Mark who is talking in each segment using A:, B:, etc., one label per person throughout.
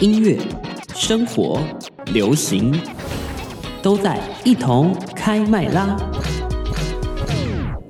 A: 音乐、生活、流行，都在一同开麦啦！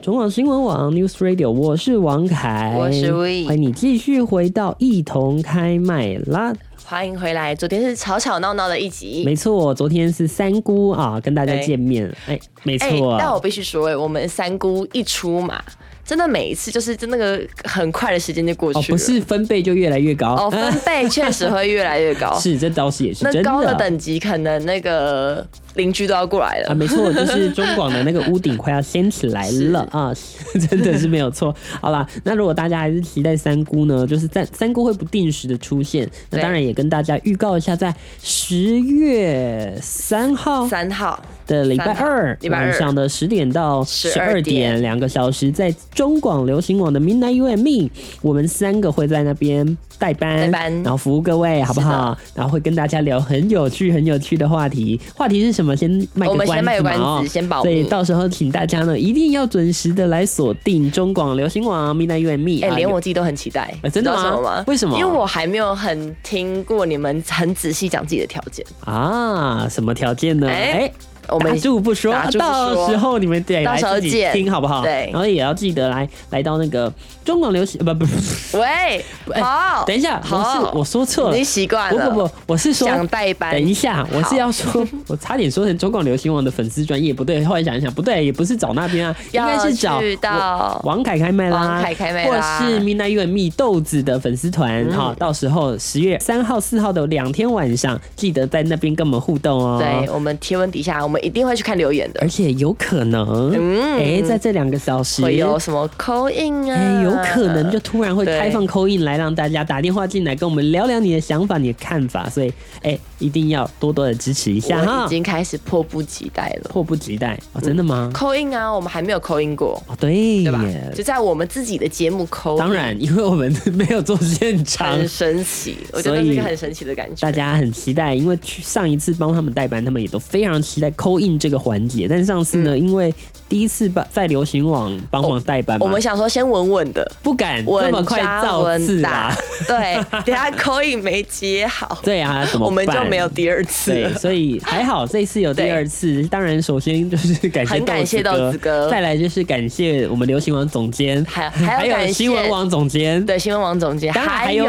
A: 中广新闻网 News Radio，我是王凯，
B: 我是 Wee
A: 欢迎你继续回到一同开麦啦！
B: 欢迎回来，昨天是吵吵闹闹的一集。
A: 没错，昨天是三姑啊跟大家
B: 对
A: 见面，哎，没错，
B: 但我必须说、哎，我们三姑一出马，真的每一次就是真那个很快的时间就过
A: 哦
B: 去了。
A: 不是分贝就越来越高，啊。
B: 哦，分贝确实会越来越 高
A: 是这倒是也是
B: 那
A: 真
B: 高的
A: 的。啊
B: 等级，可能那个邻居都要过来了。
A: 啊，没错，就是中广的那个屋顶快要掀起来了啊，是 真的是没有错。好啦，那如果大家还是期待三姑呢，就是在三姑会不定时的出现。那
B: 对
A: 当然也跟大家预告一下，在十月三号
B: 三号，
A: 的礼拜二
B: 礼拜二
A: 晚上的十点到十二
B: 12
A: 点
B: 点
A: 两个小时，在中广流行网的 Midnight You and Me，我们三个会在那边代班，
B: 代班
A: 然后服务各位，好不好？然后会跟大家聊很有趣、很有趣的话题。话题是什么？先卖
B: 我
A: 个
B: 们
A: 关子
B: 先卖个
A: 嘛哦
B: 关子，先保
A: 所以
B: 密。
A: 到时候请大家呢一定要准时的来锁定中广流行网 Midnight You and Me，
B: 哎、
A: 啊
B: 连
A: 有
B: 我自己都很期待，
A: 呃真的
B: 你
A: 吗
B: 知道什么吗？
A: 为什么
B: 因为我还没有很听过你们很仔细讲自己的条件。
A: 啊什么条件呢？
B: 哎
A: 哎。
B: 我
A: 打
B: 们
A: 住不说，
B: 打住不说
A: 到时候你们得来
B: 到时候
A: 自己
B: 见
A: 听好不好？
B: 对
A: 然后也要记得来来到那个中广流行，呃 不不不，
B: 喂，
A: 哎
B: 好，
A: 等一下，我
B: 哦好
A: 是我说错
B: 已
A: 了
B: 经，习惯
A: 不
B: 了。
A: 不不，我是说。
B: 想代班，
A: 等一下，我是要说， 我差点说成中广流行网的粉丝专业，不对，后来想一想，不对，也不是找那边啊，应
B: 要
A: 该是找
B: 去到
A: 王凯开麦啦，
B: 王凯开麦啦
A: 或
B: 嗯
A: 是 Midnight You and Me 豆子的粉丝团哈、到时候十月三号、四号的两天晚上，记得在那边跟我们互动哦。
B: 对我们贴文底下，我们一定会去看留言的
A: 而，且有可能，哎、
B: 嗯
A: 在这两个小时，
B: 会有什么 call in 啊？
A: 哎、有可能就突然会
B: 对
A: 开放扣印来让大家打电话进来，跟我们聊聊你的想法、你的看法，所以哎、一定要多多的支持一下
B: 我
A: 哈
B: 已，经开始迫不及待了。
A: 迫不及待哦，真的吗？
B: call in 啊，我们还没有 call in 过，
A: 哦，对
B: 嗯对吧
A: 耶？
B: 就在我们自己的节目 call，in，
A: 当然，因为我们没有做现场。
B: 很神奇，我觉
A: 所
B: 得
A: 以
B: 是一个很神奇的感觉。
A: 大家很期待，因为去上一次帮他们代班，他们也都非常期待扣印这个环节。但上次呢，
B: 嗯
A: 因为第一次帮在流行网帮忙代班嘛，
B: 哦我们想说先稳稳的，
A: 不敢这
B: 稳
A: 么快
B: 扎
A: 造
B: 稳
A: 次
B: 打
A: 啊！，
B: 对，等下 call in 没接好，
A: 对啊， 怎么
B: 我们就
A: 办
B: 没有第二次
A: 对，
B: 了。
A: 所以还好这一次有第二次。当然，首先就是感谢
B: 很感谢
A: 豆
B: 豆
A: 子
B: 子
A: 哥，
B: 哥
A: 再来就是感谢我们流行网总监，
B: 还还有
A: 有
B: 感谢
A: 新闻网总监，
B: 对，新闻网总监，
A: 当然还有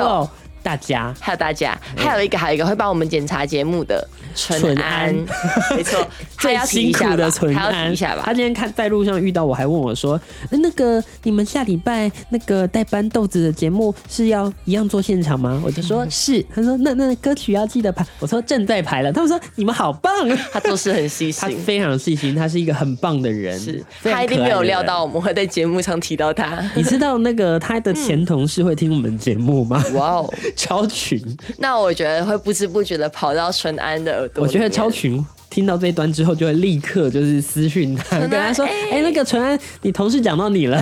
A: 大家。
B: 还有大家，还有一个还有一个会帮我们检查节目的
A: 淳
B: 淳
A: 嗯安
B: 安，没错，他
A: 最
B: 要提
A: 辛
B: 一
A: 苦
B: 下
A: 的
B: 吧，
A: 存
B: 他要
A: 安
B: 提一下吧
A: 他。今天看在路上遇到我，还问我说：“呃那个你们下礼拜那个代班豆子的节目是要一样做现场吗？”我就说：“是。”他说：“那那歌曲要记得排。”我说：“正在排了。”他们说：“你们好棒。”
B: 他做事很细
A: 他
B: 心，
A: 非常细心，他是一个很棒的人，
B: 是
A: 非常
B: 他一定
A: 可爱
B: 没有
A: 的
B: 料
A: 人
B: 到我们会在节目上提到他。
A: 你知道那个他的前同事会听我们节目吗？
B: 哇哦，
A: 超群，
B: 那我觉得会不知不觉的跑到淳安的耳朵
A: 我
B: 里面。
A: 觉得 超群听到这一段之后，就会立刻就是私讯他，跟他说：“哎、那个淳安，你同事讲到你 了。”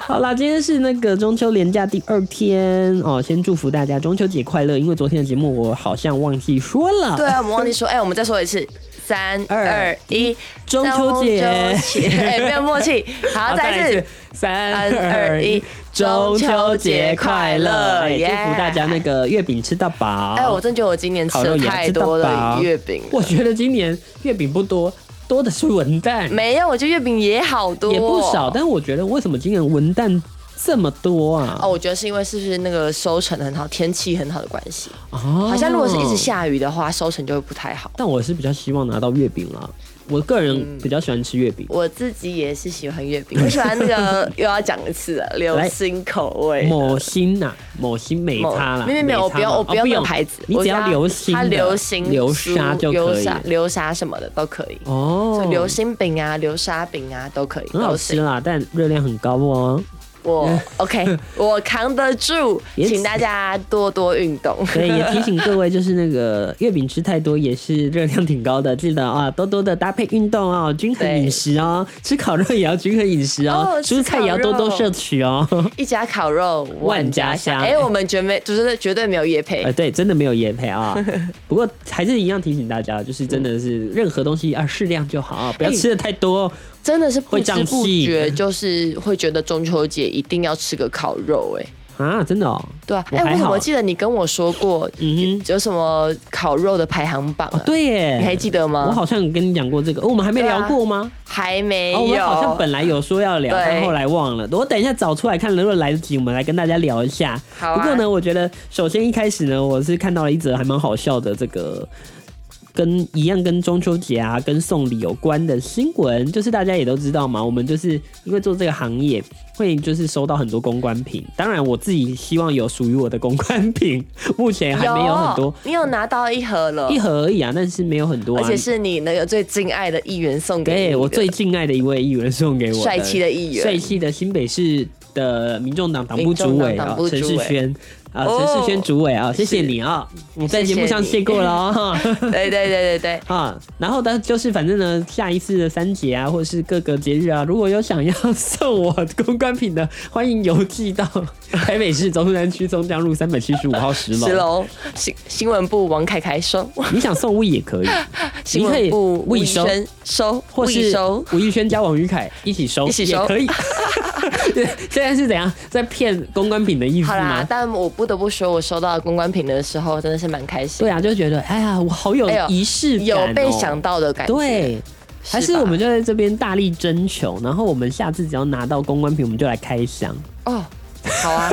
A: 好啦，今天是那个中秋连假第二天哦，先祝福大家中秋节快乐。因为昨天的节目我好像忘记说了，
B: 对啊，我们忘记说，哎，我们再说一次，三
A: 二
B: 二一，
A: 中秋节
B: 中秋节，哎，没有默 契。好，
A: 好，
B: 再一次，
A: 三
B: 二
A: 二一
B: 一，
A: 中秋节快乐！哎
B: 耶
A: 祝福大家那个月饼吃到饱。
B: 哎，我真觉得我今年
A: 烤
B: 吃
A: 肉
B: 了
A: 也
B: 太
A: 吃到
B: 多
A: 饱
B: 了月饼了。
A: 我觉得今年月饼不多，多的是文旦，
B: 没有，我觉得月饼也好嗯多，
A: 也不少。。但我觉得为什么今年文旦这么多啊？
B: 哦，我觉得是因为是不是那个收成很好，天气很好的关系。
A: 哦，
B: 好
A: 好
B: 像如果是一直。下雨的话，收成就会不太好。
A: 但我是比较希望拿到月饼啦，我个
B: 嗯
A: 人比较喜欢吃月饼。
B: 我自己也是喜欢月饼，我喜欢那 个又要讲一次了，流心口味。
A: 某心呐、某心美差啦，
B: 没有没有，我
A: 差
B: 不用
A: 嘛
B: 我
A: 哦
B: 不用那个
A: 用
B: 牌子，
A: 你
B: 我
A: 只要
B: 知道
A: 流心的，
B: 它流心
A: 流
B: 酥
A: 沙就
B: 流
A: 可以
B: 沙。流沙什么的都可以。
A: 哦
B: 就，流心饼啊，流沙饼啊都可以，
A: 很好
B: 都
A: 吃
B: 行。
A: 啦，但热量很高 哦。
B: 我 OK，我扛得住，
A: 也
B: 请大家多多运动。
A: 所以也提醒各位，就是那个月饼吃太多也是热量挺高的，记得啊， 多多的搭配运动啊，均衡饮食哦，吃烤肉也要均衡饮食哦，
B: 哦吃
A: 蔬菜也要多多
B: 烤肉
A: 摄取哦。
B: 一家烤肉
A: 万家香
B: 哎、我们绝没，就是绝对没有夜配。
A: 呃，对，真的没有盐配 啊，不过还是一样提醒大家，就是真的是任何东西啊适量就好
B: 嗯
A: 啊，不要吃的太多哦。
B: 真的是不知
A: 会胀
B: 不
A: 气
B: 觉，就是会觉得中秋节一定要吃个烤肉、哎、
A: 啊，真的哦，
B: 对啊，
A: 我
B: 哎、
A: 还
B: 我怎
A: 好
B: 么记得你跟我说过，
A: 嗯哼
B: 有什么烤肉的排行榜、啊
A: 哦对耶，
B: 你还记得吗？
A: 我好像跟你讲过这个，哦我们还没
B: 对啊
A: 聊过吗？
B: 还没
A: 哦，我们
B: 有，
A: 好像本来有说要聊，
B: 对
A: 但后来忘了。我等一下找出来看，如果来得及，我们来跟大家聊一下。
B: 好啊
A: 不过呢，我觉得首先一开始呢，我是看到了一则还蛮好笑的这个。跟一样跟中秋节啊，跟送礼有关的新闻，就是大家也都知道嘛，我们就是因为做这个行业，会就是收到很多公关品。当然，我自己希望有属于我的公关品， 目前还没有很多，
B: 你有拿到一盒了
A: 一，盒而已啊，但是没有很多、啊。
B: 而且是你那个最敬爱的议员送给你
A: 对
B: 的
A: 我最敬爱的一位议员送给我
B: 帅气的议员
A: 帅气的新北市的民众党党部主委
B: 民众党
A: 啊
B: 党部，主
A: 陈
B: 委
A: 世轩啊，
B: 哦
A: 陈世轩主委啊，谢谢你啊，我在节目上谢过了 哦
B: 对对对对对，
A: 啊。然后呢，就是反正呢，下一次的三节啊，或者是各个节日啊，如果有想要送我公关品的，欢迎邮寄到台北市中山区松江路三百七十五号十楼。
B: 十楼新新闻部王凯凯收，
A: 你想送物也 可以，
B: 新闻部
A: 你可以
B: 魏
A: 未收
B: 生收，
A: 或
B: 魏
A: 是
B: 收
A: 吴宇轩加王宇凯一起收，
B: 一起收
A: 也可以。 对，现在是怎样在骗公关品的意思
B: 好啦
A: 嗯吗，？
B: 但我不得不说，我收到公关品的时候真的是蛮开心
A: 对，啊，就觉得哎呀，我好有
B: 哎呦
A: 仪式感、哦
B: 有被想到的感觉。，
A: 对。还是
B: 吧
A: 我们就在这边大力征求，然后我们下次只要拿到公关品，我们就来开 箱，
B: 哦，好啊，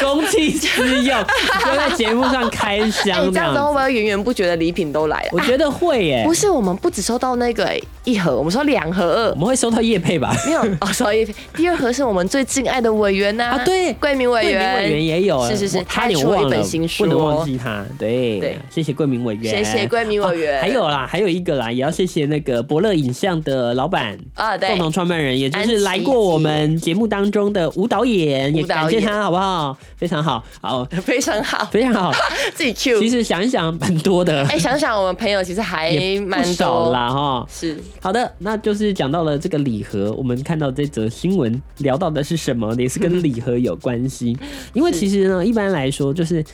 A: 公器私用，就在节目上开
B: 哎，
A: 箱
B: 这
A: 这样
B: 样子会
A: 子。
B: 不会源源不绝的礼品都来了？啊
A: 我觉得会耶、
B: 不是，我们不只收到那个哎一盒，我们收两盒
A: 我们会收到叶配吧？
B: 没有哦，所以第二盒是我们最敬爱的委员呐、
A: 啊对
B: 桂明委
A: 桂
B: 员，
A: 明委员也有啊，
B: 是是是
A: 我
B: 他
A: 差点
B: 出了一
A: 忘了，
B: 本新书
A: 不能忘
B: 哦
A: 记他。对
B: 对
A: 谢谢桂明委员，哦
B: 谢谢桂明委员，
A: 还有啦，还有一个啦，也要谢谢那个伯乐影像的老板。
B: 啊，对
A: 共，同创办人，也就
B: 安
A: 是
B: 琪
A: 来过我们节目当中的吴导演，也
B: 吴
A: 感
B: 导
A: 谢
B: 演
A: 他，好不好？非常好，好，
B: 非常好，
A: 非常 好。
B: 自己
A: 其
B: Q。
A: 实想一想，蛮多的，
B: 哎，想想我们朋友其实还
A: 也不
B: 哎蛮
A: 少
B: 多，
A: 啦，哈。
B: 是
A: 好的，那就是讲到了这个礼盒，我们看到这则新闻聊到的是什么？也是跟礼盒有关系，因为其实呢，一般来说就是。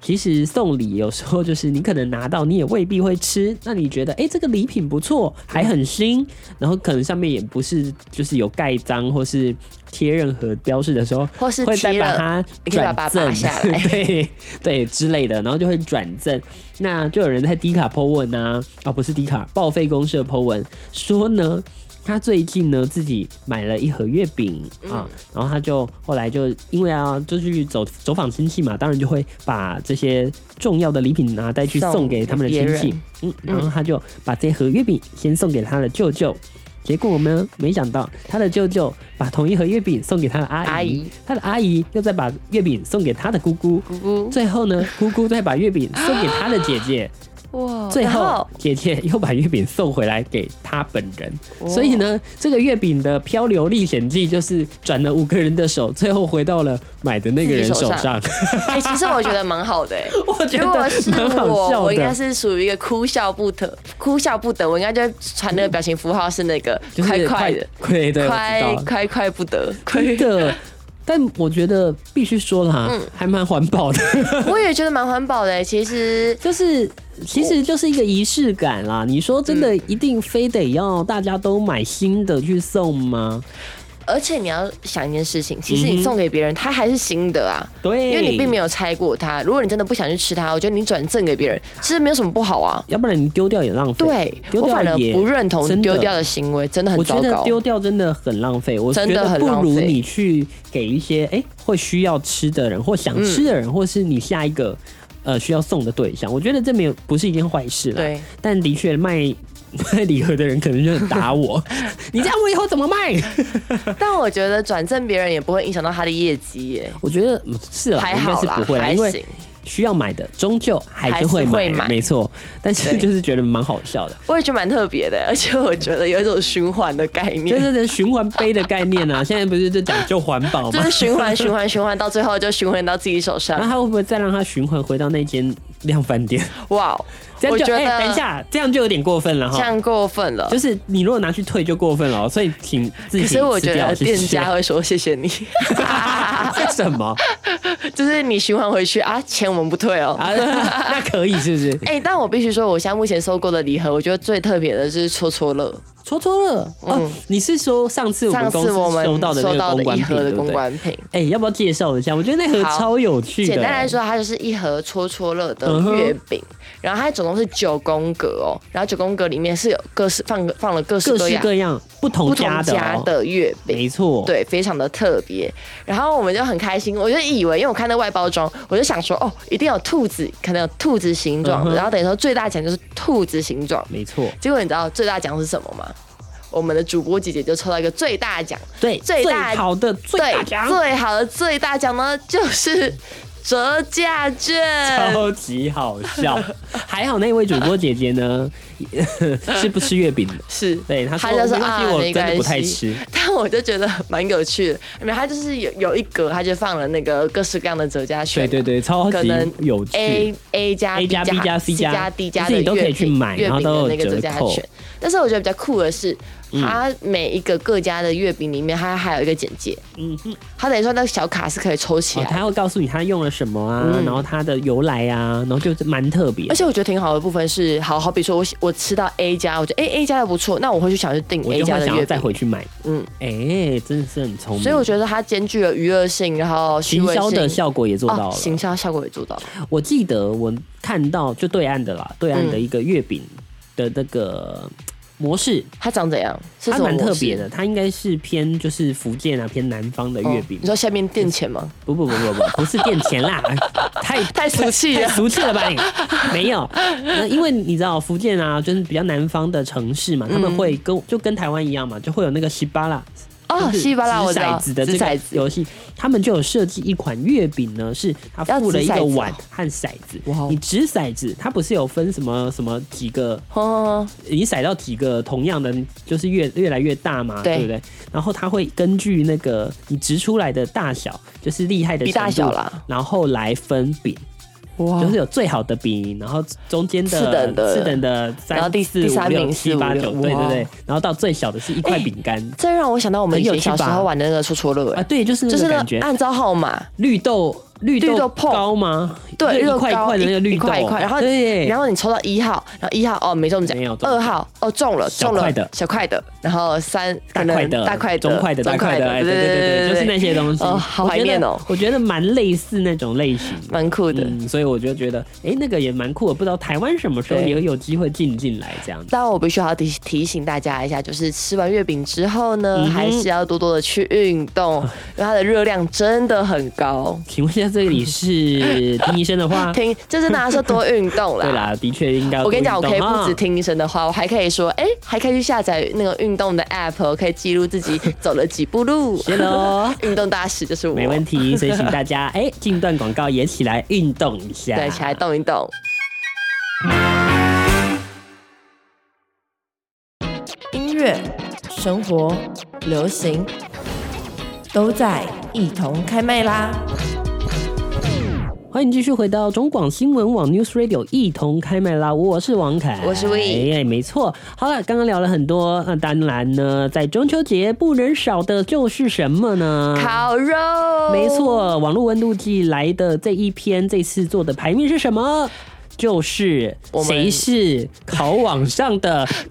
A: 其实送礼有时候就是你可能拿到，你也未必会吃。那你觉得，哎、这个礼品不错，还很新，然后可能上面也不是就是有盖章或是贴任何标示的时候，
B: 或是
A: 会再
B: 贴
A: 把
B: 了
A: 它
B: 你可以把
A: 转
B: 它拔
A: 赠
B: 下来
A: 对对之类的，然后就会转赠。那就有人在低卡 po 文啊，哦不是低卡，报废公社 po 文说呢，他最近呢自己买了一盒月饼
B: 嗯
A: 啊，然后他就后来就因为啊就去走走访亲戚嘛，当然就会把这些重要的礼品拿带去
B: 送
A: 送给他们的亲
B: 别
A: 戚
B: 人，
A: 嗯，然后他就把这盒月饼先送给他的舅舅。结果呢？没想到他的舅舅把同一盒月饼送给他的阿姨，
B: 阿姨
A: 他的阿姨又再把月饼送给他的姑姑，
B: 姑姑
A: 最后 呢，姑姑再把月饼送给他的姐 姐，
B: 哇
A: 最
B: 哦然
A: 后姐姐又把月饼送回来给他本人。
B: 哦
A: 所以呢，这个月饼的漂流历险记就是转了五个人的手，最后回到了买的那个人手上。
B: 哎，其实我觉得蛮好的哎。
A: 我觉
B: 如
A: 得
B: 果是
A: 蛮好
B: 我，
A: 笑
B: 我应该
A: 的。
B: 是属于一个哭笑不得、哭笑不得，我应该就会传那个表情符号是那个
A: 就是
B: 快快的、
A: 快对对，我知
B: 快
A: 道
B: 快快不 得，快嗯
A: 真的。但我觉得必须说啦，还蛮环保的。
B: 我也觉得蛮环保的欸、其实
A: 就是其
B: 哦
A: 实就是一个仪式感啦。你说真
B: 嗯
A: 的，一定非得要大家都买新的去送吗？
B: 而且你要想一件事情，其实
A: 嗯
B: 你
A: 哼
B: 送给别人，它还是新的啊，
A: 对，
B: 因为你并没有拆过它。如果你真的不想去吃它，我觉得你转赠给别人，其实没有什么不好啊。
A: 要不然你丢掉也浪费。
B: 对，
A: 丢
B: 我
A: 掉
B: 反而
A: 也
B: 不认
A: 真
B: 同
A: 的
B: 丢掉的行为，真的很
A: 我觉
B: 糟
A: 得
B: 糕。
A: 丢掉真的很浪费，我觉
B: 真的
A: 得
B: 很
A: 不
B: 浪
A: 如
B: 费
A: 你去给一些哎、诶会需要吃的人，或想吃的人，
B: 嗯
A: 或是你下一个呃需要送的对象。我觉得这没有不是一件坏事啦。
B: 对，
A: 但的确卖 卖礼盒的人可能就很打 我，你这样我以后怎么卖？
B: 但我觉得转赠别人也不会影响到他的业绩耶，
A: 我觉得嗯是啦，
B: 还
A: 应该
B: 好
A: 是
B: 啦
A: 不会，啦，啊
B: 还
A: 因为
B: 行。
A: 需要买的，终究还是会买，
B: 还是会买
A: 没错。但是
B: 对
A: 就是觉得蛮好笑的，
B: 我也觉得蛮特别的，而 且我觉得有一种循环的概
A: 就
B: 念，
A: 是这循环杯的概念啊，现在不是就讲究环保
B: 就
A: 吗
B: 是？循环、循环、循环，到最后就循环到自己手
A: 那
B: 上。
A: 他会不会再让它循环回到那间量贩店？
B: 哇哦，
A: 这样
B: 我
A: 就
B: 觉
A: 哎、
B: 得
A: 等一下，这样就有点过分了
B: 这
A: 哈。
B: 样过分了。
A: 就是你如果拿去退就过分了哦，所以请自己
B: 可
A: 吃
B: 是
A: 掉。
B: 我觉得
A: 谢
B: 店
A: 谢
B: 家会说谢谢你，
A: 为什么
B: 就是你循环回去啊，钱我们不退哦。
A: 啊？那可以是不是？
B: 哎、但我必须说，我现在目前收购的礼盒，我觉得最特别的就是戳戳乐。嗯
A: 戳戳乐哦，你是说上次我
B: 上
A: 们公
B: 次
A: 司
B: 我们
A: 收到的那个公关
B: 一
A: 品，
B: 盒的
A: 对不
B: 公
A: 对？
B: 关品，
A: 哎、要不要介绍一下？我觉得那盒
B: 好
A: 超有趣的。哎
B: 简单来，说，它就是一盒戳戳乐的
A: 嗯哼
B: 月饼，然后它总共是九宫格哦，然后九宫格里面是有各式放放了各式
A: 各
B: 各
A: 式
B: 样
A: 各样不同
B: 啊不
A: 家的、
B: 同
A: 哦，
B: 家的月饼。
A: 没错，，
B: 对，非常的特别。然后我们就很开心，我就以为，因为我看那外包装，我就想说，哦，一定有兔子，可能有兔子形状的。
A: 嗯哼
B: 然后等于说最大奖就是兔子形状。
A: 没错，
B: 结果你知道最大奖是什么吗？我们的主播姐姐就抽到一个最大奖，
A: 对，
B: 最大
A: 好的最
B: 对
A: 大，奖，
B: 最好的最大奖呢就是折价券。
A: 超级好笑。还好那位主播姐姐 呢，是不吃月饼的。
B: 是，
A: 对，她说
B: 她就说
A: 没关系
B: 啊
A: 我
B: 没
A: 真的不
B: 关
A: 太
B: 系
A: 吃。
B: 但我就觉得蛮有趣的，因为它就是有有一格，它就放了那个各式各样的折价券
A: 对
B: 嘛，
A: 对对，超
B: 可
A: 级
B: 能哎
A: 有趣。哦
B: A A 加
A: A 加 B 加 C 加
B: D 加
A: 就是
B: 的
A: 你都可以
B: 月
A: 去
B: 饼
A: 买
B: 月
A: 然后
B: 饼的
A: 都有
B: 那个折
A: 折
B: 价
A: 扣嗯
B: 券。但是我觉得比较酷的是，它每一个各家的月饼里面，它还有一个简介，
A: 嗯哼，
B: 它等于说那个小卡是可以抽起
A: 哦，
B: 来的。
A: 他会告诉你他用了什么啊，
B: 嗯
A: 然后它的由来啊，然后就是蛮特别
B: 而。且我觉得挺好的部分是，好好比说我喜我吃到 A 加，我觉得哎 A 加的不错，那我会去想去订
A: 我
B: A
A: 就
B: 加
A: 会
B: 哎的
A: 想
B: 月
A: 要再
B: 饼。
A: 回去买。
B: 嗯，
A: 哎、真的是很聪明。
B: 所以我觉得它兼具了娱乐性，然后趣
A: 行
B: 味
A: 销
B: 性
A: 的效果也做到
B: 哦
A: 了。
B: 行销效果也做到了。
A: 我记得我看到就对岸的啦，对岸的一个月饼的那个模式，
B: 它长怎样？是
A: 它
B: 什么
A: 蛮
B: 模
A: 特
B: 式
A: 别的，它应该是偏就是福建啊偏南方的
B: 哦
A: 月饼
B: 你。说下面垫钱吗？
A: 不不不不不，不是垫钱啦，太
B: 太俗气了
A: 太俗气了吧你？没有，那因为你知道福建啊，就是比较南方的城市嘛，他们会跟就跟台湾一样嘛，就会有那个西巴拉
B: 哦，
A: 就是
B: 西巴拉我知
A: 掷
B: 道，
A: 骰子的这
B: 掷骰
A: 个
B: 子
A: 游戏，他们就有设计一款月饼呢，是它附了一
B: 要
A: 个
B: 掷骰子哦
A: 碗和骰子
B: 哇哦。
A: 你掷骰子，它不是有分什么什么几个，
B: 哦，
A: 你骰到几个同样的，就是越越来越大嘛，
B: 对
A: 对不对？然后它会根据那个你掷出来的大小，就是厉害的
B: 比
A: 程
B: 大小
A: 度
B: 啦，
A: 然后来分饼。
B: 哇
A: 就是有最好的饼，然后中间的
B: 次等的
A: 次等的三，
B: 然后第
A: 四
B: 第三
A: 五六
B: 名
A: 七
B: 四五
A: 八
B: 六
A: 九，对对
B: 哇
A: 对，然后到最小的是一块
B: 哎
A: 饼干
B: 这让我想到我们以
A: 很有
B: 前
A: 趣吧
B: 小时候玩的那个戳戳乐，
A: 啊，
B: 哎
A: 对，就是那
B: 就是
A: 个
B: 那
A: 感觉
B: 个，按照号码，
A: 绿豆绿
B: 豆碰
A: 糕吗？
B: 对，
A: 就
B: 乐
A: 一块一
B: 高
A: 块的那个绿
B: 一
A: 豆，
B: 块一块，然后
A: 对，
B: 然
A: 后
B: 后你抽到一号，然后一号哦没中奖
A: 没有，中
B: 二号哦中了，
A: 小
B: 中了
A: 块的
B: 小块的，然后三
A: 大块的、
B: 大块的、
A: 中块的、大
B: 中
A: 块的，哎对对对对，就是那些东西，
B: 哦好
A: 我觉
B: 怀念
A: 得
B: 哦
A: 我觉得蛮类似那种类型。
B: 蛮酷的。
A: 嗯，所以我就觉得，哎，那个也蛮酷的，不知道台湾什么时候
B: 对
A: 也有机会进进来这样子。
B: 但我必须要提提醒大家一下，就是吃完月饼之后呢，
A: 嗯哼啊
B: 还是要多多的去运动，因为它的热量真的很高。
A: 请问一下，这里是听医生的 话？
B: 听，就是大家说多运动
A: 啊
B: 啦。
A: 对啦，的确应该要
B: 我
A: 多
B: 跟
A: 运
B: 你
A: 动啊。
B: 讲，我可以不止听医生的话，我还可以说，哎、还可以去下载那个运动的 app，哦可以记录自己走了几步路。
A: 谢喽，
B: 运动大使就是我，
A: 没问题。所以请大家，哎，近段广告也起来运动一下，
B: 对，起来动一动。音乐、生活、流行，都在一同开麦啦！
A: 欢迎继续回到中广新闻网 News Radio 一同开麦啦！我是王凯，
B: 我是 Wee
A: 哎，没错。好了，刚刚聊了很多，那、当然呢，在中秋节不能少的就是什么呢？
B: 烤肉，哦
A: 没，错，网络温度计来的这一篇，这次做的排名是什么？就是
B: 我们
A: 谁是烤网上的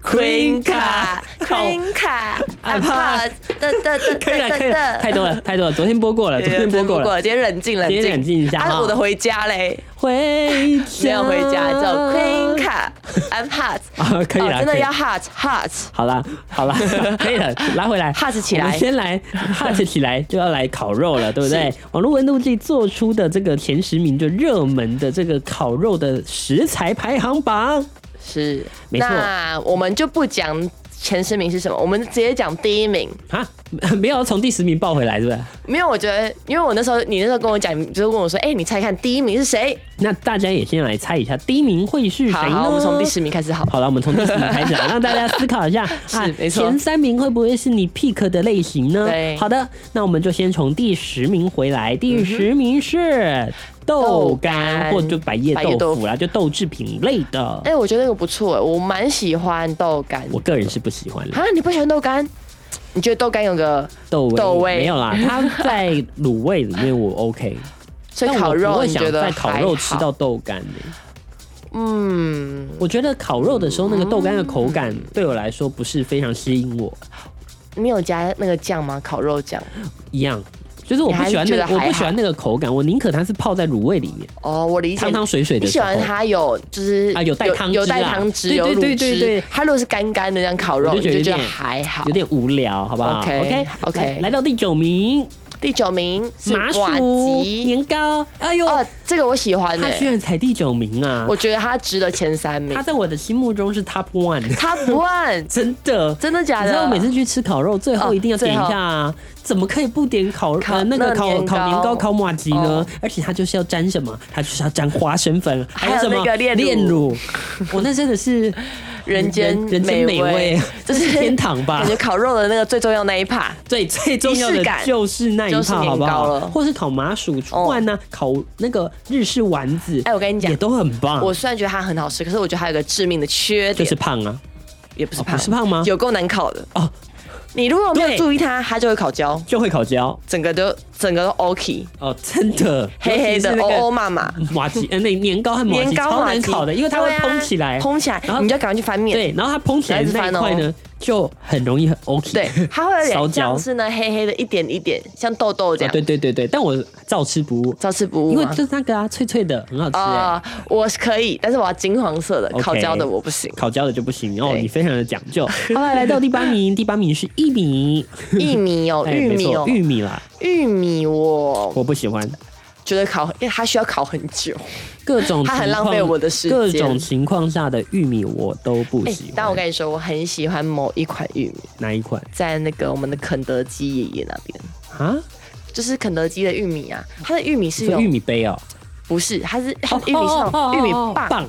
A: Queen
B: Queen 卡
A: 卡烤。
B: ，Queen 卡
A: 啊怕
B: ，iPod，得 得得
A: 可以了，
B: 得
A: 可以
B: 得
A: 了，太
B: 得。
A: 多了，太多了。昨天播过了，昨天播过了。，
B: 今天冷静冷
A: 今
B: 静，
A: 天冷静一下
B: 啊，
A: 哈
B: 我的回家嘞，
A: 回
B: 没
A: 家，
B: 有回家，叫 Queen 卡，I'm hot，
A: 啊，可以
B: 哦
A: 了，
B: 真的
A: 可以
B: 要 hot hot，
A: 好啦，好啦， 可以了，拉回来
B: Hut 起来
A: 我们先来 hut 起来，就要来烤肉 了，对不对？网络温度计做出的这个前十名，就热门的这个烤肉的食材排行榜，
B: 是，
A: 没错
B: 那我们就不讲前十名是什么，我们直接讲第一名。
A: 啊， 没有从第十名报回来，是不是？
B: 没有，我觉得，因为我那时候你那时候跟我讲，你就是问我说，哎、你猜看第一名是谁？
A: 那大家也先来猜一下，第一名会是
B: 好
A: 谁呢？
B: 好，我们从第。十名开始好了。
A: 好了，我们从第十名开始啊，让大家思考一 下
B: 是
A: 啊，
B: 没错
A: 前三名会不会是你 pick 的类型呢？
B: 对嗯
A: 好的，那我们就先从第十名回来，第十名是豆
B: 豆干
A: 干或就百叶
B: 百叶豆
A: 豆
B: 腐
A: 腐啦，就豆制品类的
B: 哎、。我觉得那个不错，我蛮喜欢豆干。
A: 我个人是不喜欢啦
B: 啊，你不喜欢豆干？你觉得豆干有个，
A: 豆味，
B: 豆味
A: 没有 啦，它在卤味里面我 OK，
B: 所以
A: 但
B: 烤
A: 我不
B: 肉
A: 会
B: 你觉
A: 想
B: 得
A: 在
B: 还
A: 烤肉吃
B: 好
A: 到豆干的。
B: 嗯，
A: 我觉得烤肉的时候那个豆干的口感对我来说不是非常吸引我，
B: 你有加那个酱吗？烤肉酱？
A: 一样，就是我不喜欢那
B: 你还是觉得
A: 个
B: 还好
A: 我不喜欢那个口感，我宁可它是泡在卤味里面，
B: 哦，我理解。
A: 汤汤水水
B: 你
A: 的
B: 喜
A: 时候
B: 欢，它有就是
A: 啊有带汤汁
B: 有带
A: 啦
B: 汤汁，
A: 对
B: 有
A: 对
B: 卤
A: 对对
B: 汁
A: 对。
B: 它如果是干干的这样烤肉，
A: 我
B: 你
A: 就觉得有
B: 就觉得
A: 点
B: 还好
A: 有。点无聊，好不好
B: OK，
A: OK
B: OK
A: 来来到第九名，
B: 第九名是
A: 麻薯
B: 瓜吉，
A: 年糕，哎呦，
B: 哦，这个我喜欢
A: 它
B: 的，
A: 居然才第九名啊
B: 我！觉得它值得前三名
A: 它。在我的心目中是 top one，
B: Top One，
A: 真的。
B: 真的假
A: 你
B: 的？
A: 知道我每次去吃烤肉，最后一定要点一
B: 哦最
A: 下啊！怎么可以不点烤
B: 烤
A: 呃那个
B: 那
A: 烤
B: 年糕
A: 烤年糕、烤马吉呢
B: 哦？
A: 而且它就是要沾什么？它就是要沾花生粉，
B: 还有
A: 什么
B: 那个炼乳
A: 乳？ 我那真的是
B: 人间
A: 人间
B: 美
A: 美
B: 味
A: 味，这是天堂吧
B: 感觉？烤肉的那个最重要那一趴，
A: 最最重要
B: 仪式
A: 的
B: 感
A: 就是那一
B: 就是
A: 套，
B: 年
A: 好不
B: 糕
A: 好
B: 了？哦
A: 或是烤麻薯串呢？烤那个日式丸子，
B: 哎我跟你讲
A: 也都很棒。
B: 我虽然觉得它很好吃，可是我觉得它有个致命的缺
A: 就
B: 点
A: 是，胖啊，
B: 也不是
A: 哦
B: 胖，
A: 不是胖吗
B: 有够难烤的
A: 哦。
B: 你如果没有
A: 对
B: 注意它，它就会烤焦，
A: 就会烤焦
B: 整个都整个都 OK，
A: 哦，真的，
B: 黑黑的
A: 尤其是那
B: 哦
A: 个
B: 欧欧妈妈，
A: 马吉，呃，那年糕和马
B: 年
A: 吉
B: 糕
A: 超
B: 嘛
A: 难烤的，因为它会
B: 对啊
A: 蓬起来，
B: 蓬起来
A: 然，后
B: 你就赶快去翻面。
A: 对，然后它蓬起来的那一块
B: 来
A: 呢，就很容易很 OK，
B: 对，它会有
A: 烧
B: 点
A: 焦
B: 像是呢黑黑的一点一点，像痘痘
A: 啊
B: 这样。
A: 对对对对，但我照吃不误，
B: 照吃不误
A: 因为
B: 吗？
A: 就是那个啊，脆脆的，很好吃哎，
B: 啊、我可以，但是我要金黄色的，
A: OK
B: 烤焦的我 不行。
A: 烤焦的就不行哦，
B: 对
A: 你非常的讲究。 好了，来到第八名，第八名是薏米，
B: 薏米哦，
A: 哎
B: 玉
A: 没
B: 米
A: 错
B: 哦，
A: 玉米啦，
B: 玉米我
A: 我不喜欢。
B: 觉得烤，因为它需要烤很久。
A: 各种
B: 它很
A: 情况
B: 浪费我的时间
A: 各种情况下的玉米我都不
B: 哎、
A: 喜欢。
B: 但我跟你说，我很喜欢某一款玉米，
A: 哪一款
B: 在那个我们的肯德基爷爷那边，
A: 啊？
B: 就是肯德基的玉米啊，它的玉米是
A: 是
B: 有
A: 玉米哦杯哦，
B: 不是，它是它的玉米是那种玉米棒，
A: 棒，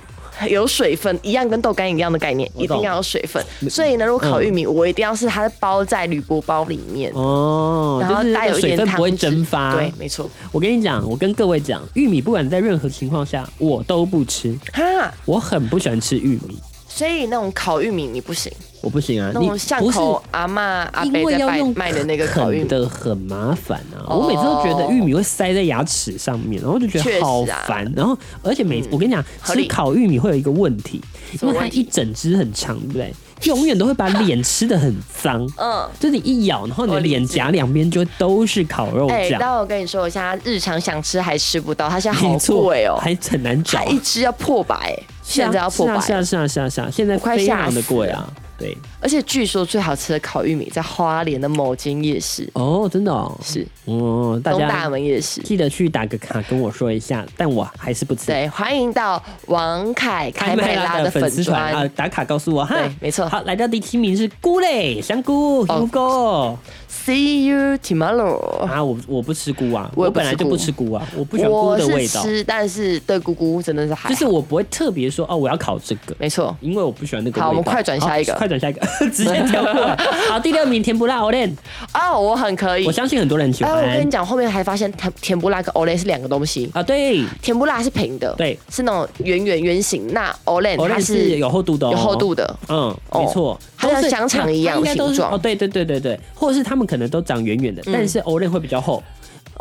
B: 有水分，一样跟豆干一样的概念，
A: 我懂嗯
B: 一定要有水分。所以呢，如果烤玉米，我一定要是它包在铝箔包里面，
A: 哦，
B: 然后
A: 就是
B: 带
A: 那
B: 有
A: 个
B: 一
A: 水
B: 点
A: 分
B: 汤
A: 不会
B: 汁
A: 蒸发。
B: 对，，没错。
A: 我跟你讲，我跟各位讲，玉米不管在任何情况下，我都不吃，
B: 哈，
A: 我很不喜欢吃玉米，
B: 所以那种烤玉米你不行，
A: 我不行啊，
B: 那
A: 你
B: 种巷
A: 不是
B: 口阿嬷阿
A: 因
B: 伯
A: 为
B: 在
A: 要
B: 卖
A: 用
B: 卖的那个烤玉
A: 啃
B: 米，
A: 的很麻烦啊！
B: 哦
A: 我每次都觉得玉米会塞在牙齿上面，然后就觉
B: 确实
A: 得
B: 啊嗯
A: 好烦。然后，而且每、我跟你讲，
B: 合
A: 吃
B: 理
A: 烤玉米会有一个问题，
B: 什
A: 因
B: 么
A: 为它
B: 问题
A: 一整只很长，对不对？永远都会把脸吃的很脏，
B: 嗯。
A: 就是你一咬，然后你
B: 我
A: 的
B: 理解
A: 脸颊两边就都是烤肉
B: 哎、
A: 酱，
B: 但我跟你说，我现在日常想吃还吃不到，它现在好
A: 没错
B: 贵哦、
A: 还很难找
B: 它。一只要破百、
A: 是啊
B: 现在要破百、
A: 是啊是啊是啊是啊，现在
B: 我快
A: 非
B: 吓
A: 常的
B: 死
A: 贵啊。对，
B: 而且据说最好吃的烤玉米在花莲的某间夜市，
A: 哦，真的哦，
B: 是
A: 哦，大
B: 东
A: 家
B: 大门夜市。
A: 记得去打个卡跟我说一下，但我还是不吃。
B: 对，欢迎到王凯凯
A: 开
B: 美
A: 麦
B: 拉
A: 拉
B: 的
A: 的
B: 粉
A: 粉丝团啊
B: 砖，，
A: 打卡告诉我哈。
B: 对没错
A: 好，来到第七名是菇类香菇
B: 哦
A: 香菇、
B: See you tomorrow。
A: 啊，我我不吃菇啊，
B: 我
A: 我
B: 也不
A: 本
B: 吃
A: 来就
B: 菇
A: 不吃菇啊，我不喜欢菇
B: 我
A: 的味
B: 是
A: 道，
B: 吃，但是对姑姑真的是还
A: 就
B: 好
A: 是我不会特别说哦，我要烤这个。
B: 没错。
A: 因为我不喜欢那个味道。
B: 好我们快转下一个
A: 好快转下一个， 直接跳过 来。好，第六名甜不辣 o l e n
B: 哦，我很可以
A: 我。相信很多人喜
B: 哎，
A: 欢。
B: 我跟你讲，后面还发现甜甜不辣跟 Olay 是两个东西。
A: 啊，对
B: 甜不辣是平的，
A: 对，
B: 是那种圆圆圆形。那 Olay
A: o l
B: 它
A: e 是有厚度的、哦，
B: 有厚度的，
A: 嗯，
B: 哦
A: 没错，
B: 它像
A: 都是
B: 香肠一样
A: 它应该都
B: 形
A: 是
B: 状嗯
A: 哦，对对对对对，或者是他们可能都长圆圆的，但是 o l e 会比较厚。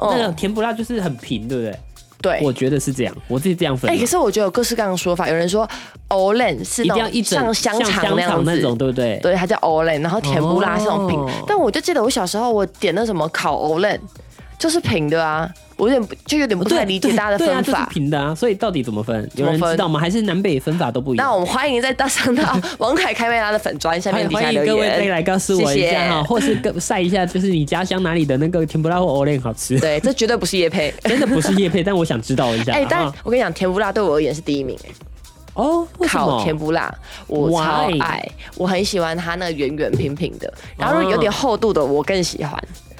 A: 那个
B: 哦，
A: 甜不辣就是很平，对不对？
B: 对。
A: 我觉得是这样，我自己这样分
B: 哎、
A: 的。
B: 可是我觉得有各式各样的说法，有人说 Olay 是
A: 一
B: 那
A: 定要
B: 种
A: 一整
B: 像香肠
A: 像
B: 那样
A: 肠那
B: 子，
A: 种，对不对？
B: 对，它叫 Olay，然后甜不辣是那种平。
A: 哦
B: 但我就记得我小时候我点那什么烤 Olay，就是平的啊，我有点不就有点不
A: 对，
B: 太理解大家的
A: 对对啊
B: 分
A: 就是
B: 法。
A: 平的啊，所以到底怎么分？
B: 么
A: 有人
B: 分
A: 知道吗？还是南北分法都不一
B: 那我
A: 样？
B: 们欢迎在大 上到王凯开麦拉的粉砖下
A: 欢
B: 面
A: 迎
B: 底下
A: 欢
B: 留
A: 迎各位可以
B: 言。
A: 来告诉我一下
B: 谢谢
A: 哈，或是跟晒一下，就是你家乡哪里的那个甜不辣或 o l e 好吃？
B: 对，这绝对不是叶配。
A: 真的不是叶配，但我想知道一下。
B: 哎、
A: 啊
B: 但我跟你讲，甜不辣对我而言是第一名、哎
A: 哦，为什
B: 烤
A: 么
B: 甜不辣，我
A: Why？
B: 超爱，我很喜欢它那个圆圆平平的，然后如果有点厚度的，我更喜欢。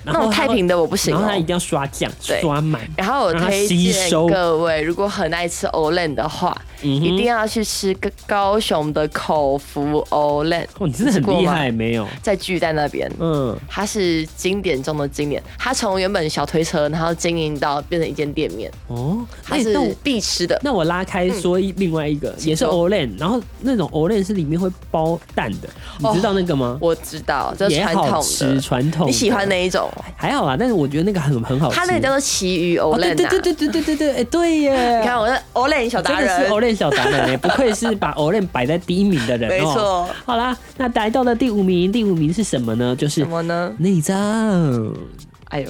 B: 那
A: 然后
B: 种
A: 它
B: 太
A: 会
B: 平的我不行
A: 然后它一
B: 哦。
A: 定要刷酱
B: 对
A: 刷满，
B: 然后我
A: 让它
B: 推
A: 吸
B: 荐
A: 收
B: 各位，如果很爱吃欧 n 的话，
A: 嗯哼
B: 一定要去吃个高雄的口服欧 n
A: 哦，你真的很
B: 吃过
A: 厉
B: 吗
A: 害，没有？
B: 在巨蛋那边。
A: 嗯，
B: 它是经典中的经典，它从原本小推车，然后经营到变成一间店面，
A: 哦，
B: 它
A: 哎那我
B: 是必吃的。
A: 那我拉开说一另外一个，也是
B: 请说
A: Olen，然后那种 Olen 是里面会包蛋的，你
B: 哦
A: 知道那个吗？
B: 我知道，这是
A: 也
B: 传
A: 好
B: 统
A: 吃，
B: 的。
A: 传统的。
B: 你喜欢哪一种？
A: 还好啊，但是我觉得那个很很好吃。
B: 它那个叫做奇鱼
A: 哦
B: Olen
A: 对
B: 啊。
A: 对对对对对对对，哎对耶！
B: 你看我是 Olen 小达
A: 真的是
B: 人，
A: Olen 小达人 哎，不愧是把 Olen 摆在第一名的人哦。
B: 没错。
A: 好啦，那来到了第五名，第五名是什么呢？就是
B: 什么呢？
A: 内脏。
B: 哎 呦，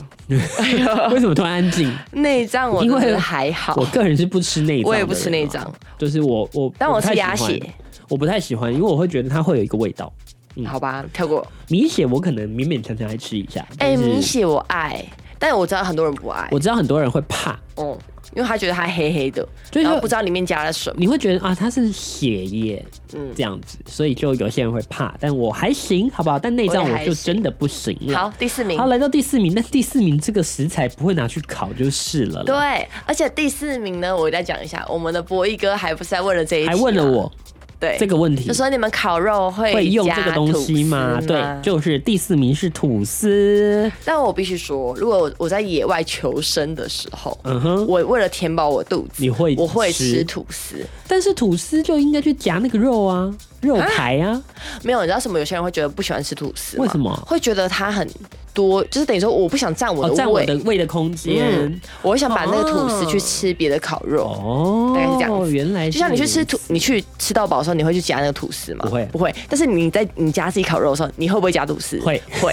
A: 为什么突然安静？
B: 内脏我
A: 因为
B: 觉得还好
A: 我，个人是不吃内脏，
B: 我也不吃内脏，
A: 就是我我，
B: 但我
A: 不太
B: 吃鸭
A: 喜欢
B: 血，
A: 我不太喜欢，因为我会觉得它会有一个味道。嗯
B: 好吧，跳过。
A: 米血我可能勉勉强强还吃一下，
B: 哎，
A: 但是
B: 米血我爱，但我知道很多人不爱，
A: 我知道很多人会怕，
B: 嗯，因为他觉得它黑黑的，
A: 就是
B: 然后不知道里面加了什么。
A: 你会觉得啊它是血液，
B: 嗯
A: 这样子，所以就有些人会怕，但我还行，好不好？但内脏
B: 我也
A: 我
B: 还
A: 就
B: 行
A: 真的不行了。
B: 好，第四名
A: 嗯好，。来到第四名，但第四名这个食材不会拿去烤就是了啦。
B: 对，而且第四名呢，我再讲一下，我们的博弈哥还不是在问了这一题、啊
A: 还问了，我
B: 对，
A: 这个问题
B: 就，说你们烤肉会
A: 会用
B: 加
A: 这个东西吗？
B: 吐司
A: 对，就是第四名是吐司。
B: 但我必须说，如果我我在野外求生的时候，
A: 嗯哼，
B: 我为了填饱我肚子，
A: 你会
B: 我会
A: 吃
B: 吃吐司。
A: 但是吐司就应该去夹那个肉啊，肉排啊。
B: 没有，你知道什么？有些人会觉得不喜欢吃吐司吗，
A: 为什么
B: 会觉觉得它很多，就是等于说我不想占我
A: 哦，
B: 的
A: 占
B: 胃，
A: 我的胃的空间
B: 嗯。，我会想把那个吐
A: 哦
B: 司去吃别的烤肉。
A: 哦，
B: 大概是这样子
A: 原来
B: 就像你去吃
A: 是
B: 吐，你去吃到饱的时候，你会去夹那个吐司吗？
A: 不会
B: 不会。但是你在你家自己烤肉的时候，你会不会夹吐司？
A: 会
B: 会，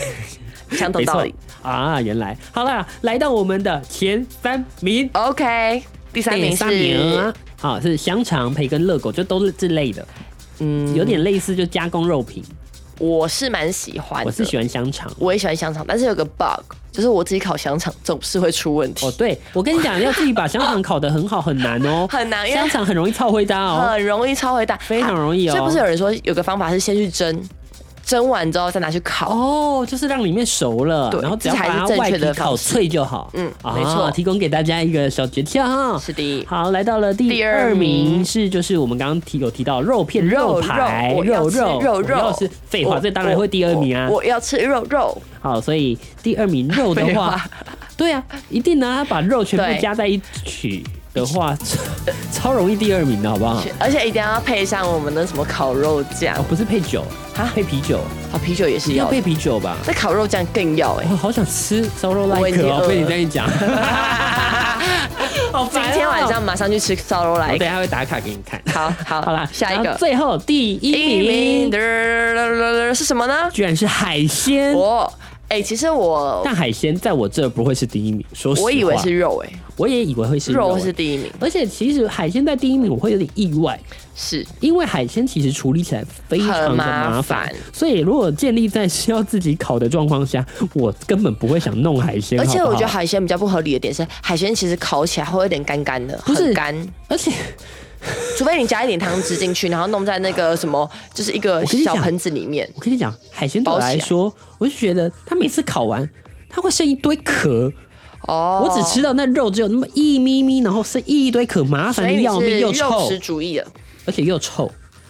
B: 相同
A: 没
B: 道
A: 错
B: 理。
A: 啊，原来好了，来到我们的前三名，
B: OK，第三名
A: 第
B: 是
A: 三名啊好是香肠、培根、热狗，就都是这类的，
B: 嗯，
A: 有点类似就加工肉品。
B: 我是蛮喜欢的，
A: 我是喜欢香肠。
B: 我也喜欢香肠，但是有个 bug，就是我自己烤香肠总是会出问题，
A: 哦，对，我跟你讲，要自己把香肠烤得很好很难哦，
B: 很难因为
A: 香肠很容易超灰搭哦，
B: 很容易超回答，
A: 非常容易哦
B: 所以不是有人说有个方法是先去蒸，蒸完之后再拿去烤。
A: 哦，就是让里面熟了，
B: 对
A: 然后只要
B: 这才
A: 把
B: 是
A: 它
B: 正
A: 外
B: 确的
A: 皮烤
B: 方式
A: 脆就好。
B: 嗯
A: 啊
B: 没错
A: 提供给大家一个小诀窍哈。
B: 是的，
A: 好，来到了第
B: 第
A: 二
B: 二
A: 名
B: 名
A: 是就是我们刚刚提有提到肉片、
B: 肉
A: 排、
B: 肉
A: 肉
B: 我要吃肉
A: 我要
B: 肉
A: 是废话，
B: 我
A: 这当然会第二名啊
B: 我。我要吃肉肉，
A: 好，所以第二名肉的
B: 废
A: 话
B: 话，
A: 对啊，一定呢，他把肉全部
B: 对
A: 加在一起的话，超容易第二名的好不好？
B: 而且一定要配上我们的什么烤肉酱
A: 哦，，不是配酒，
B: 啊
A: 配啤酒，
B: 啊，啤酒也是
A: 要
B: 要的
A: 配啤酒吧？
B: 这烤肉酱更要哎、
A: 我好想吃烧肉
B: 我已
A: like
B: 经
A: 哦，
B: 饿
A: 被你
B: 了
A: 这样一 讲，好
B: 今
A: 烦哦
B: 天晚上马上去吃烧肉
A: 我
B: 来。
A: 等一下会打卡给你看。
B: 好好
A: 好啦，
B: 下一
A: 然
B: 个
A: 后最后第一
B: 第一名
A: 名
B: 嘚儿嘚儿嘚儿嘚儿是什么呢？
A: 居然是海鲜。
B: 我哎、其实我
A: 但海鲜在我这不会是第一名，说实话，
B: 我以为是，肉哎、
A: 我也以为会是
B: 肉
A: 欸
B: 是，第一名，
A: 而且其实海鲜在第一名我会有点意外，
B: 是
A: 因为海鲜其实处理起来非常的
B: 很
A: 麻
B: 麻
A: 烦
B: 烦，
A: 所以如果建立在需要自己烤的状况下，我根本不会想弄海鲜，
B: 而且
A: 好不
B: 我
A: 好
B: 觉得，海鲜比较不合理的点是，海鲜其实烤起来会有点干干的，
A: 不是
B: 很干，
A: 而且
B: 除非你加一点汤汁进去，然后弄在那个什么，就是一个
A: 我跟你讲
B: 小盆子里面。
A: 我跟你讲，海鲜对我
B: 包起来
A: 来说，我就觉得它每次烤完。它会剩一堆壳，
B: 哦
A: 我只吃，到那肉只有那么一咪咪，然后剩一堆壳，麻烦
B: 所以
A: 的
B: 你
A: 要命，
B: 是
A: 又
B: 肉
A: 臭
B: 食，主义的，
A: 而且又臭，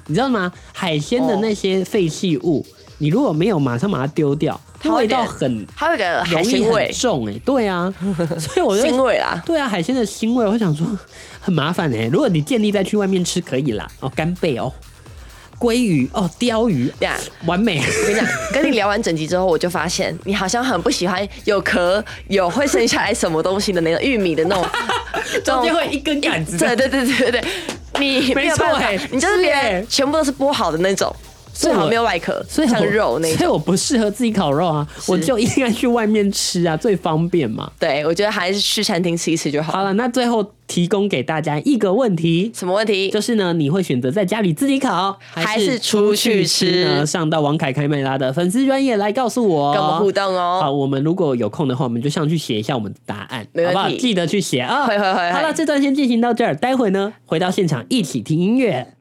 A: 你知道吗？海鲜的那些废弃物，你如果没有马上把它丢掉，它
B: 它会
A: 味道
B: 有点
A: 很
B: 它有个海
A: 容易
B: 鲜
A: 很
B: 味、
A: 重哎、对 啊，所以我就
B: 腥味啦。
A: 对啊，海鲜的腥味，我想说很麻烦哎、如果你建立再去外面吃可以啦，哦，干贝哦，鲑鱼哦，鲷鱼
B: 对啊，
A: 完美。
B: 我跟你讲，跟你聊完整集之后，我就发现你好像很不喜欢有壳、有会剩下来什么东西的那种玉米的那种，这
A: 中
B: 种
A: 间会一根杆子
B: 对对对对对对，你没有办
A: 没
B: 法
A: 错，
B: 你就是别
A: 是欸
B: 人全部都是剥好的那种，
A: 所以
B: 最
A: 我
B: 好没有外壳，
A: 所以我
B: 像肉那
A: 所
B: 种。
A: 以我不适合自己烤肉啊，我就应该去外面吃啊，最方便嘛。
B: 对，我觉得还是去餐厅吃一吃就好。
A: 好了，那最后提供给大家一个问题，
B: 什么问题？
A: 就是呢，你会选择在家里自己烤，
B: 还是出去吃
A: 呢？上到王凯凯美拉的粉丝专业来告诉我，
B: 跟我们互动
A: 好，
B: 哦。
A: 我们如果有空的话，我们就上去写一下我们的答案，
B: 没
A: 好
B: 问
A: 不
B: 题
A: 好？记得去写啊！
B: 会会会会
A: 好了，这段先进行到这儿，待会呢，回到现场一起听音乐。